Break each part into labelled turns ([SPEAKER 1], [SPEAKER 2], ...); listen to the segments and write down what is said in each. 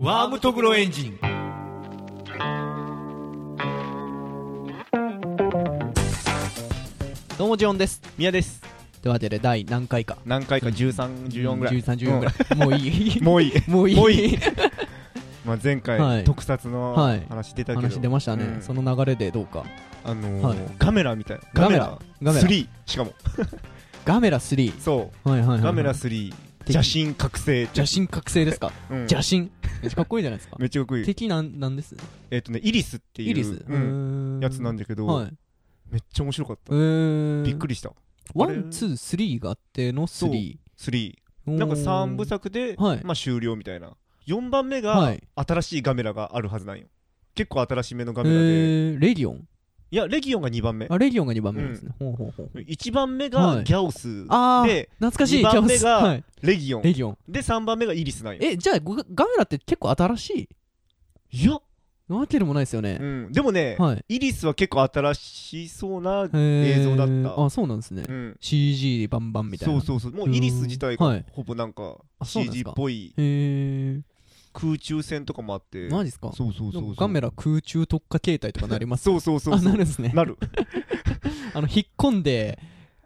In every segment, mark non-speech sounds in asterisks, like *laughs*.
[SPEAKER 1] ワームトグロエンジン。
[SPEAKER 2] どうもジオンです
[SPEAKER 3] 宮です
[SPEAKER 2] というわけで第何回か
[SPEAKER 3] 何回か1314ぐらい、
[SPEAKER 2] 13、14ぐらい、もういい
[SPEAKER 3] うんもういい
[SPEAKER 2] もういい
[SPEAKER 3] *laughs* もういいまあ前回、
[SPEAKER 2] はい
[SPEAKER 3] 特撮の
[SPEAKER 2] はい
[SPEAKER 3] 話出たけど、
[SPEAKER 2] 話出ましたね、
[SPEAKER 3] うん
[SPEAKER 2] その流れでどうか
[SPEAKER 3] あのー
[SPEAKER 2] はい
[SPEAKER 3] ガメラみたいな
[SPEAKER 2] ガメラガメラ
[SPEAKER 3] 3しかも
[SPEAKER 2] ガメラ3
[SPEAKER 3] そ
[SPEAKER 2] はいはいはいう
[SPEAKER 3] ガメラ
[SPEAKER 2] 3
[SPEAKER 3] 3
[SPEAKER 2] 敵
[SPEAKER 3] 邪神覚醒
[SPEAKER 2] 邪神覚醒ですか
[SPEAKER 3] うん
[SPEAKER 2] 邪
[SPEAKER 3] *laughs*
[SPEAKER 2] 神めっちゃかっこいいじゃないですか
[SPEAKER 3] めっちゃかっこいい
[SPEAKER 2] 敵なんなんです
[SPEAKER 3] えっ、とねイリスっていう
[SPEAKER 2] イリス
[SPEAKER 3] うんやつなん
[SPEAKER 2] だ
[SPEAKER 3] だ
[SPEAKER 2] け
[SPEAKER 3] けど、
[SPEAKER 2] はい
[SPEAKER 3] めっちゃ面白かった、びっく
[SPEAKER 2] び
[SPEAKER 3] りした
[SPEAKER 2] ワ
[SPEAKER 3] あれ
[SPEAKER 2] ンツースリーがあっての
[SPEAKER 3] そう
[SPEAKER 2] 3
[SPEAKER 3] 3
[SPEAKER 2] な
[SPEAKER 3] なんか3部作で、
[SPEAKER 2] はい
[SPEAKER 3] まあ終了みたいな4番目
[SPEAKER 2] は
[SPEAKER 3] が
[SPEAKER 2] い
[SPEAKER 3] 新しいガメラがあるはずなんよ結構新しめのガ
[SPEAKER 2] え
[SPEAKER 3] メラで、
[SPEAKER 2] ーレギオン
[SPEAKER 3] いやレギオンが2番目
[SPEAKER 2] あレギオンが2番目ですねほうほうほう
[SPEAKER 3] 1番目
[SPEAKER 2] は
[SPEAKER 3] が
[SPEAKER 2] い
[SPEAKER 3] ギャオス、
[SPEAKER 2] あー
[SPEAKER 3] で
[SPEAKER 2] 懐かしい
[SPEAKER 3] 二番
[SPEAKER 2] ジャ
[SPEAKER 3] 目
[SPEAKER 2] オス
[SPEAKER 3] が
[SPEAKER 2] はい
[SPEAKER 3] レギオン
[SPEAKER 2] レギオン
[SPEAKER 3] で3番目がイリスなんよ
[SPEAKER 2] えじゃあごガメラって結構新し
[SPEAKER 3] いや、
[SPEAKER 2] いわけでもないですよ
[SPEAKER 3] う
[SPEAKER 2] ね
[SPEAKER 3] ん、でもね、
[SPEAKER 2] はい
[SPEAKER 3] イリスは結構新しそうな、
[SPEAKER 2] 映
[SPEAKER 3] 映像だった
[SPEAKER 2] あそうなんですね
[SPEAKER 3] うん
[SPEAKER 2] CG バンバンみたい
[SPEAKER 3] そ
[SPEAKER 2] な
[SPEAKER 3] うそうそうもうイリス自体
[SPEAKER 2] は
[SPEAKER 3] が
[SPEAKER 2] い
[SPEAKER 3] ほぼなんか
[SPEAKER 2] あそうなんです
[SPEAKER 3] CG
[SPEAKER 2] か
[SPEAKER 3] っぽい
[SPEAKER 2] へえ
[SPEAKER 3] 空中戦とかもあって
[SPEAKER 2] マジっすか
[SPEAKER 3] そうそうそうそう
[SPEAKER 2] ガメラ空中特化形態とかなります
[SPEAKER 3] そうそうそ
[SPEAKER 2] *laughs*
[SPEAKER 3] う
[SPEAKER 2] あ
[SPEAKER 3] そ
[SPEAKER 2] なる
[SPEAKER 3] う
[SPEAKER 2] で
[SPEAKER 3] ん
[SPEAKER 2] すね
[SPEAKER 3] なる
[SPEAKER 2] あの引っ込んで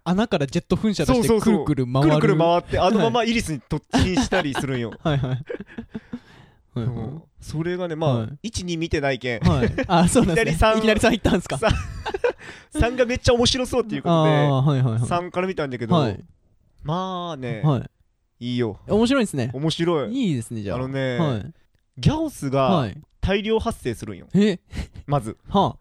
[SPEAKER 2] 穴からジェット噴射出してく
[SPEAKER 3] そうそうそ
[SPEAKER 2] る
[SPEAKER 3] う
[SPEAKER 2] くる回
[SPEAKER 3] く
[SPEAKER 2] る
[SPEAKER 3] るくる
[SPEAKER 2] は
[SPEAKER 3] 回ってあのままイリスに突進したりする
[SPEAKER 2] *laughs*
[SPEAKER 3] んよ、
[SPEAKER 2] いはい
[SPEAKER 3] *laughs*
[SPEAKER 2] はい
[SPEAKER 3] うんそれがね
[SPEAKER 2] は
[SPEAKER 3] まあ、
[SPEAKER 2] い
[SPEAKER 3] 一12見てないけん
[SPEAKER 2] はいはいあそうなんですね
[SPEAKER 3] いきなり三
[SPEAKER 2] いきなり3行ったんですか
[SPEAKER 3] さ3がめっちゃ面白そうっていうこ
[SPEAKER 2] あ
[SPEAKER 3] とで
[SPEAKER 2] あはいはいはい
[SPEAKER 3] 3から見たんだけど、
[SPEAKER 2] はい
[SPEAKER 3] まあね、
[SPEAKER 2] はい
[SPEAKER 3] い、いよ
[SPEAKER 2] 面白いですね
[SPEAKER 3] 面白い
[SPEAKER 2] いいですねじゃあ
[SPEAKER 3] あのね
[SPEAKER 2] はい
[SPEAKER 3] ギャオス
[SPEAKER 2] は
[SPEAKER 3] が
[SPEAKER 2] い
[SPEAKER 3] 大量発生するんよ
[SPEAKER 2] え
[SPEAKER 3] まず
[SPEAKER 2] は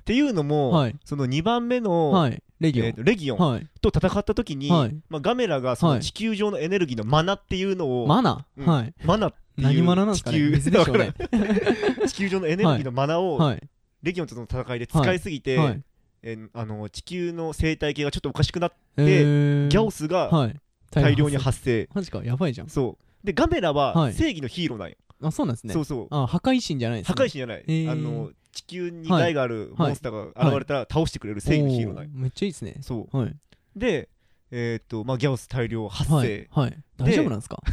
[SPEAKER 3] っていうの
[SPEAKER 2] あ
[SPEAKER 3] も、
[SPEAKER 2] はい
[SPEAKER 3] その2番目の、
[SPEAKER 2] はいレギオ
[SPEAKER 3] えー
[SPEAKER 2] ン
[SPEAKER 3] とレギオン
[SPEAKER 2] はい
[SPEAKER 3] と戦った時に、
[SPEAKER 2] はい
[SPEAKER 3] まあ、ガメラがそ
[SPEAKER 2] は
[SPEAKER 3] の
[SPEAKER 2] い
[SPEAKER 3] 地球上のエネルギーのマナっていうのを、
[SPEAKER 2] マナ
[SPEAKER 3] うん
[SPEAKER 2] はい
[SPEAKER 3] マナっていう
[SPEAKER 2] 何マナなんですかね
[SPEAKER 3] 地球
[SPEAKER 2] 水でしょう
[SPEAKER 3] わ
[SPEAKER 2] ね
[SPEAKER 3] 地球上のエネルギーのマナを、
[SPEAKER 2] はい
[SPEAKER 3] レギオンとの戦いで使いすぎて、
[SPEAKER 2] はい
[SPEAKER 3] えーあの地球の生態系がちょっとおかしくなって、
[SPEAKER 2] えー
[SPEAKER 3] ギャオスが
[SPEAKER 2] はい
[SPEAKER 3] 大量に発生、
[SPEAKER 2] マジかやばいじゃん
[SPEAKER 3] そうでガメラ
[SPEAKER 2] は
[SPEAKER 3] はい正義のヒーローなんよ、
[SPEAKER 2] あそうなんですね
[SPEAKER 3] そうそう
[SPEAKER 2] あ破壊神じゃないです
[SPEAKER 3] 破
[SPEAKER 2] ね
[SPEAKER 3] 壊神じゃない、
[SPEAKER 2] えー
[SPEAKER 3] あの地球に害があるモンスターが現れたら倒してくれる正義のヒーローなんよ、
[SPEAKER 2] おーめっちゃいいですね
[SPEAKER 3] そ
[SPEAKER 2] はい、
[SPEAKER 3] うでえっ、とまあギャオス大量発生、
[SPEAKER 2] はい、はい、大丈夫なんですか
[SPEAKER 3] も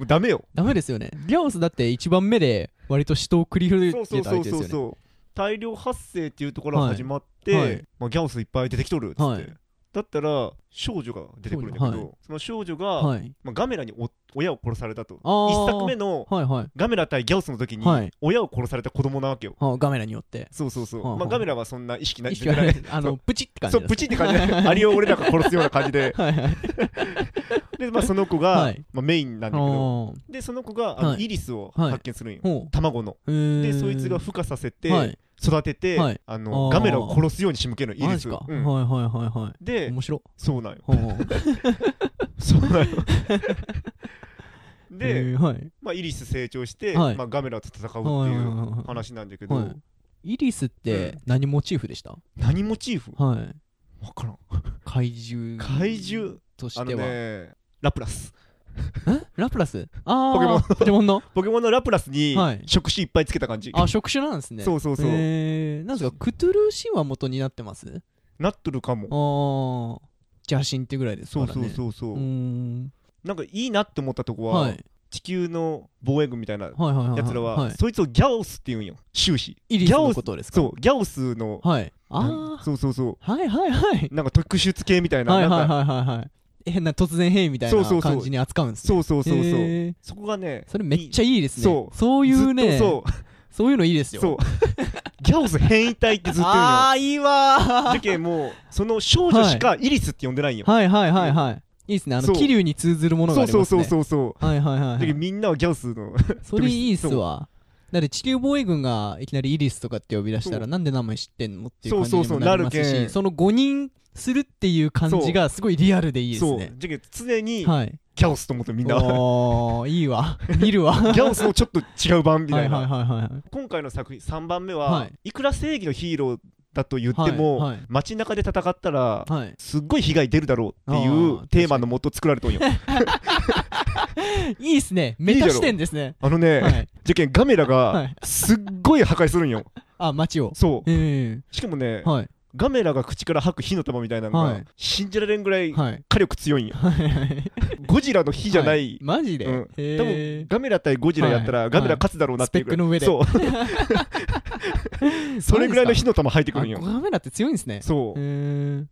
[SPEAKER 3] うダメよ
[SPEAKER 2] ダメですよねギャオスだって一番目で割と死闘を繰り広
[SPEAKER 3] そう
[SPEAKER 2] げ
[SPEAKER 3] そ
[SPEAKER 2] て
[SPEAKER 3] う
[SPEAKER 2] た
[SPEAKER 3] そ
[SPEAKER 2] 相
[SPEAKER 3] う
[SPEAKER 2] 手
[SPEAKER 3] そう
[SPEAKER 2] ですよね
[SPEAKER 3] そう大量発生っていうところが始まって、
[SPEAKER 2] はいはい
[SPEAKER 3] まあ、ギャオスいっぱい出てきとるっつって、
[SPEAKER 2] はい
[SPEAKER 3] だったら少女が出てくるんだけど、
[SPEAKER 2] はい
[SPEAKER 3] その少女が、
[SPEAKER 2] はい
[SPEAKER 3] まあ、ガメラにお親を殺されたと
[SPEAKER 2] あー
[SPEAKER 3] 一作目の
[SPEAKER 2] はいはい
[SPEAKER 3] ガメラ対ギャオスの時に
[SPEAKER 2] はい
[SPEAKER 3] 親を殺された子供なわけよ
[SPEAKER 2] あガメラによって
[SPEAKER 3] そうそうそう、
[SPEAKER 2] はあはあ
[SPEAKER 3] まあ、ガメラはそんな意識ない
[SPEAKER 2] 意識がな
[SPEAKER 3] 全
[SPEAKER 2] い
[SPEAKER 3] 然
[SPEAKER 2] あ
[SPEAKER 3] そ
[SPEAKER 2] の
[SPEAKER 3] う
[SPEAKER 2] プチって感じ
[SPEAKER 3] そう
[SPEAKER 2] なん
[SPEAKER 3] プ
[SPEAKER 2] です
[SPEAKER 3] チって感じ
[SPEAKER 2] *laughs*
[SPEAKER 3] でアリを俺らが殺すような感じで
[SPEAKER 2] はいはい
[SPEAKER 3] で、まあ、その子が、
[SPEAKER 2] はい
[SPEAKER 3] まあ、メインな
[SPEAKER 2] あ
[SPEAKER 3] んだけど
[SPEAKER 2] ー
[SPEAKER 3] でその子があの、
[SPEAKER 2] はい
[SPEAKER 3] イリスを
[SPEAKER 2] はい
[SPEAKER 3] 発見するんよ、
[SPEAKER 2] ほ
[SPEAKER 3] 卵の
[SPEAKER 2] うへー
[SPEAKER 3] でそいつが孵化させて、
[SPEAKER 2] はい
[SPEAKER 3] 育てて、
[SPEAKER 2] はい
[SPEAKER 3] あの
[SPEAKER 2] あー
[SPEAKER 3] ガメラを殺すように仕向けるのイ
[SPEAKER 2] マ
[SPEAKER 3] リ
[SPEAKER 2] ジ
[SPEAKER 3] ス
[SPEAKER 2] か、
[SPEAKER 3] うん
[SPEAKER 2] はいはいはいは
[SPEAKER 3] で
[SPEAKER 2] い面白
[SPEAKER 3] そうなんよ *laughs*
[SPEAKER 2] ほうほう
[SPEAKER 3] そうなんよ
[SPEAKER 2] へ
[SPEAKER 3] で、
[SPEAKER 2] ーはい
[SPEAKER 3] まあ、イリス成長して、
[SPEAKER 2] はい
[SPEAKER 3] まあ、ガメラと戦うって
[SPEAKER 2] はい
[SPEAKER 3] い
[SPEAKER 2] はいはいうはい
[SPEAKER 3] 話なんだけど、
[SPEAKER 2] はい、イリスって何モチーフでした、
[SPEAKER 3] 何モチーフ
[SPEAKER 2] はい
[SPEAKER 3] 分からん
[SPEAKER 2] 怪獣
[SPEAKER 3] 怪獣
[SPEAKER 2] とし
[SPEAKER 3] あ
[SPEAKER 2] て
[SPEAKER 3] の
[SPEAKER 2] は、
[SPEAKER 3] ねラプラス
[SPEAKER 2] えラプラスああ
[SPEAKER 3] ポケ
[SPEAKER 2] ポケモ
[SPEAKER 3] モン
[SPEAKER 2] ン
[SPEAKER 3] *laughs*
[SPEAKER 2] の
[SPEAKER 3] ポケモンのラプラスに
[SPEAKER 2] はい
[SPEAKER 3] 触手いっぱいつけた感じ、
[SPEAKER 2] あ触手なんですね
[SPEAKER 3] そうそうそう
[SPEAKER 2] えー、なんですかクトゥルー神話元になってます
[SPEAKER 3] なっとるか
[SPEAKER 2] あ
[SPEAKER 3] も
[SPEAKER 2] ー邪神ってぐらいですか
[SPEAKER 3] そ
[SPEAKER 2] ら
[SPEAKER 3] う
[SPEAKER 2] ね
[SPEAKER 3] そうそうそう、
[SPEAKER 2] うーん
[SPEAKER 3] なんかいいなって思ったとこは、
[SPEAKER 2] はい
[SPEAKER 3] 地球の防衛軍みたいな
[SPEAKER 2] はいはいはいはい
[SPEAKER 3] やつらは、
[SPEAKER 2] はい、
[SPEAKER 3] そいつをギャオスって言うんよ終始
[SPEAKER 2] イリス
[SPEAKER 3] ギャオ
[SPEAKER 2] の
[SPEAKER 3] ス
[SPEAKER 2] ことですか
[SPEAKER 3] そうギャオスの
[SPEAKER 2] はい
[SPEAKER 3] なん
[SPEAKER 2] あ
[SPEAKER 3] そうそうそう
[SPEAKER 2] あはいはいはい
[SPEAKER 3] なんか特殊系みたいな
[SPEAKER 2] はいはい
[SPEAKER 3] な
[SPEAKER 2] はい
[SPEAKER 3] んか
[SPEAKER 2] はいはい変な突然変異みたい
[SPEAKER 3] そうそうそ
[SPEAKER 2] な
[SPEAKER 3] う
[SPEAKER 2] 感じに扱うんですね
[SPEAKER 3] そうそうそうそう
[SPEAKER 2] へー
[SPEAKER 3] そこがね
[SPEAKER 2] それめっちゃいいですね
[SPEAKER 3] そう
[SPEAKER 2] そう
[SPEAKER 3] い
[SPEAKER 2] いう
[SPEAKER 3] ず
[SPEAKER 2] ね
[SPEAKER 3] っと
[SPEAKER 2] そういうのいいです
[SPEAKER 3] そう
[SPEAKER 2] よ
[SPEAKER 3] そうギャオス変異体ってずっと言う
[SPEAKER 2] あ
[SPEAKER 3] のよ
[SPEAKER 2] あーいいわ
[SPEAKER 3] *laughs*
[SPEAKER 2] ー
[SPEAKER 3] だけどもうその少女しかイリスって呼んでないんよ
[SPEAKER 2] はいはいはいはい。いいですね。あの、
[SPEAKER 3] そう
[SPEAKER 2] 桐生に通ずるものが
[SPEAKER 3] そ
[SPEAKER 2] あ
[SPEAKER 3] う
[SPEAKER 2] り
[SPEAKER 3] そ
[SPEAKER 2] ま
[SPEAKER 3] う
[SPEAKER 2] す
[SPEAKER 3] そ
[SPEAKER 2] ね。
[SPEAKER 3] うそうそう
[SPEAKER 2] はいはいはい
[SPEAKER 3] だ
[SPEAKER 2] は
[SPEAKER 3] け
[SPEAKER 2] い。
[SPEAKER 3] *laughs* どみんなはギャオスの
[SPEAKER 2] それいいっすわ。だって地球防衛軍がいきなりイリスとかって呼び出した
[SPEAKER 3] そ
[SPEAKER 2] ら
[SPEAKER 3] う
[SPEAKER 2] なんで名前知ってんのっていう感じ
[SPEAKER 3] そう
[SPEAKER 2] に
[SPEAKER 3] そう
[SPEAKER 2] も
[SPEAKER 3] そう
[SPEAKER 2] なります
[SPEAKER 3] なるけ
[SPEAKER 2] し
[SPEAKER 3] ん
[SPEAKER 2] その5人するっていう感じがすごいリアルでいいです
[SPEAKER 3] そう
[SPEAKER 2] ね
[SPEAKER 3] だけど常に
[SPEAKER 2] はい
[SPEAKER 3] ギャオスと思ってるみんなギ
[SPEAKER 2] おーいいわ見るわ
[SPEAKER 3] *laughs*
[SPEAKER 2] は
[SPEAKER 3] ャオスのちょっと違う版み
[SPEAKER 2] い
[SPEAKER 3] た
[SPEAKER 2] はいいはい
[SPEAKER 3] な
[SPEAKER 2] は
[SPEAKER 3] 今回の作品3番目
[SPEAKER 2] は
[SPEAKER 3] はいいくら正義のヒーローだと言
[SPEAKER 2] い
[SPEAKER 3] っても
[SPEAKER 2] はいはい
[SPEAKER 3] 街中で戦ったら
[SPEAKER 2] はい
[SPEAKER 3] すっごい被害出るだろうってい
[SPEAKER 2] あー
[SPEAKER 3] うテーマのもと作られとんよ
[SPEAKER 2] いいっすねメタ視点ですね
[SPEAKER 3] あのね、
[SPEAKER 2] はい
[SPEAKER 3] じゃけんガメラ
[SPEAKER 2] は
[SPEAKER 3] が
[SPEAKER 2] い *laughs*
[SPEAKER 3] すっごい破壊するんよ
[SPEAKER 2] あ街を
[SPEAKER 3] そう
[SPEAKER 2] え
[SPEAKER 3] しかもね
[SPEAKER 2] えはい
[SPEAKER 3] ガメラが口から吐く火の玉みたいなの
[SPEAKER 2] は
[SPEAKER 3] が
[SPEAKER 2] い
[SPEAKER 3] 信じられんぐらい
[SPEAKER 2] はい
[SPEAKER 3] 火力強いんよ
[SPEAKER 2] はいはい *laughs*
[SPEAKER 3] ゴジラの火じゃない
[SPEAKER 2] マジで、
[SPEAKER 3] うん
[SPEAKER 2] へ
[SPEAKER 3] 多分
[SPEAKER 2] ー
[SPEAKER 3] ガメラ対ゴジラやっ
[SPEAKER 2] は
[SPEAKER 3] たら
[SPEAKER 2] い
[SPEAKER 3] ガメラ勝つだろうなっていうぐらい
[SPEAKER 2] はいスペッ
[SPEAKER 3] そう
[SPEAKER 2] *laughs*
[SPEAKER 3] それぐらいの火の玉入ってくるん
[SPEAKER 2] あ
[SPEAKER 3] よ
[SPEAKER 2] ガメラって強いんですね
[SPEAKER 3] そ
[SPEAKER 2] へ
[SPEAKER 3] う